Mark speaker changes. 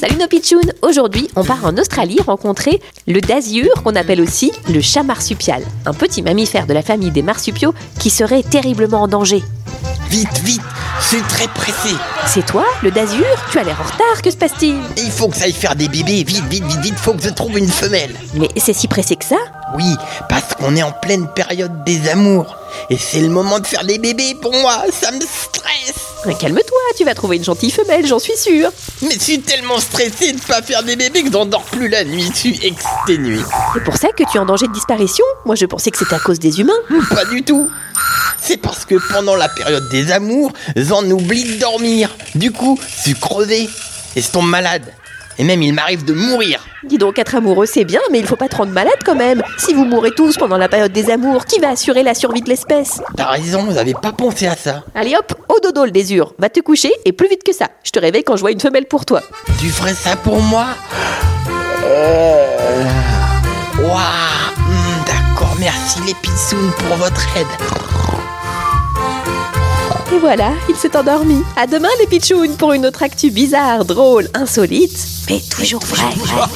Speaker 1: Salut nos pitchounes Aujourd'hui, on part en Australie rencontrer le dasiur, qu'on appelle aussi le chat marsupial, un petit mammifère de la famille des marsupiaux qui serait terriblement en danger.
Speaker 2: Vite, vite, je suis très pressé.
Speaker 1: C'est toi, le dasiur Tu as l'air en retard, que se passe-t-il
Speaker 2: Il faut que ça aille faire des bébés. Vite, vite, vite, vite, faut que je trouve une femelle.
Speaker 1: Mais c'est si pressé que ça
Speaker 2: Oui, parce qu'on est en pleine période des amours. Et c'est le moment de faire des bébés pour moi. Ça me stresse.
Speaker 1: Mais Hein, Calme-toi, tu vas trouver une gentille femelle, j'en suis sûre.
Speaker 2: Mais je suis tellement stressé de pas faire des bébés que j'en dors plus la nuit. Je suis exténué.
Speaker 1: C'est pour ça que tu es en danger de disparition Moi je pensais que c'était à cause des humains.
Speaker 2: Pas du tout. C'est parce que pendant la période des amours, j'en oublie de dormir. Du coup, je suis crevé et je tombe malade. Et même il m'arrive de mourir.
Speaker 1: Dis donc, être amoureux c'est bien, mais il faut pas te rendre malade quand même. Si vous mourrez tous pendant la période des amours, qui va assurer la survie de l'espèce
Speaker 2: T'as raison, j'avais pas pensé à ça.
Speaker 1: Allez hop, au dodo le désure. Va te coucher et plus vite que ça. Je te réveille quand je vois une femelle pour toi.
Speaker 2: Tu ferais ça pour moi Euh, Waouh hmm, D'accord, merci les pitsounes pour votre aide.
Speaker 1: Et voilà, il s'est endormi. À demain les pitchounes pour une autre actu bizarre, drôle, insolite, mais toujours vraie.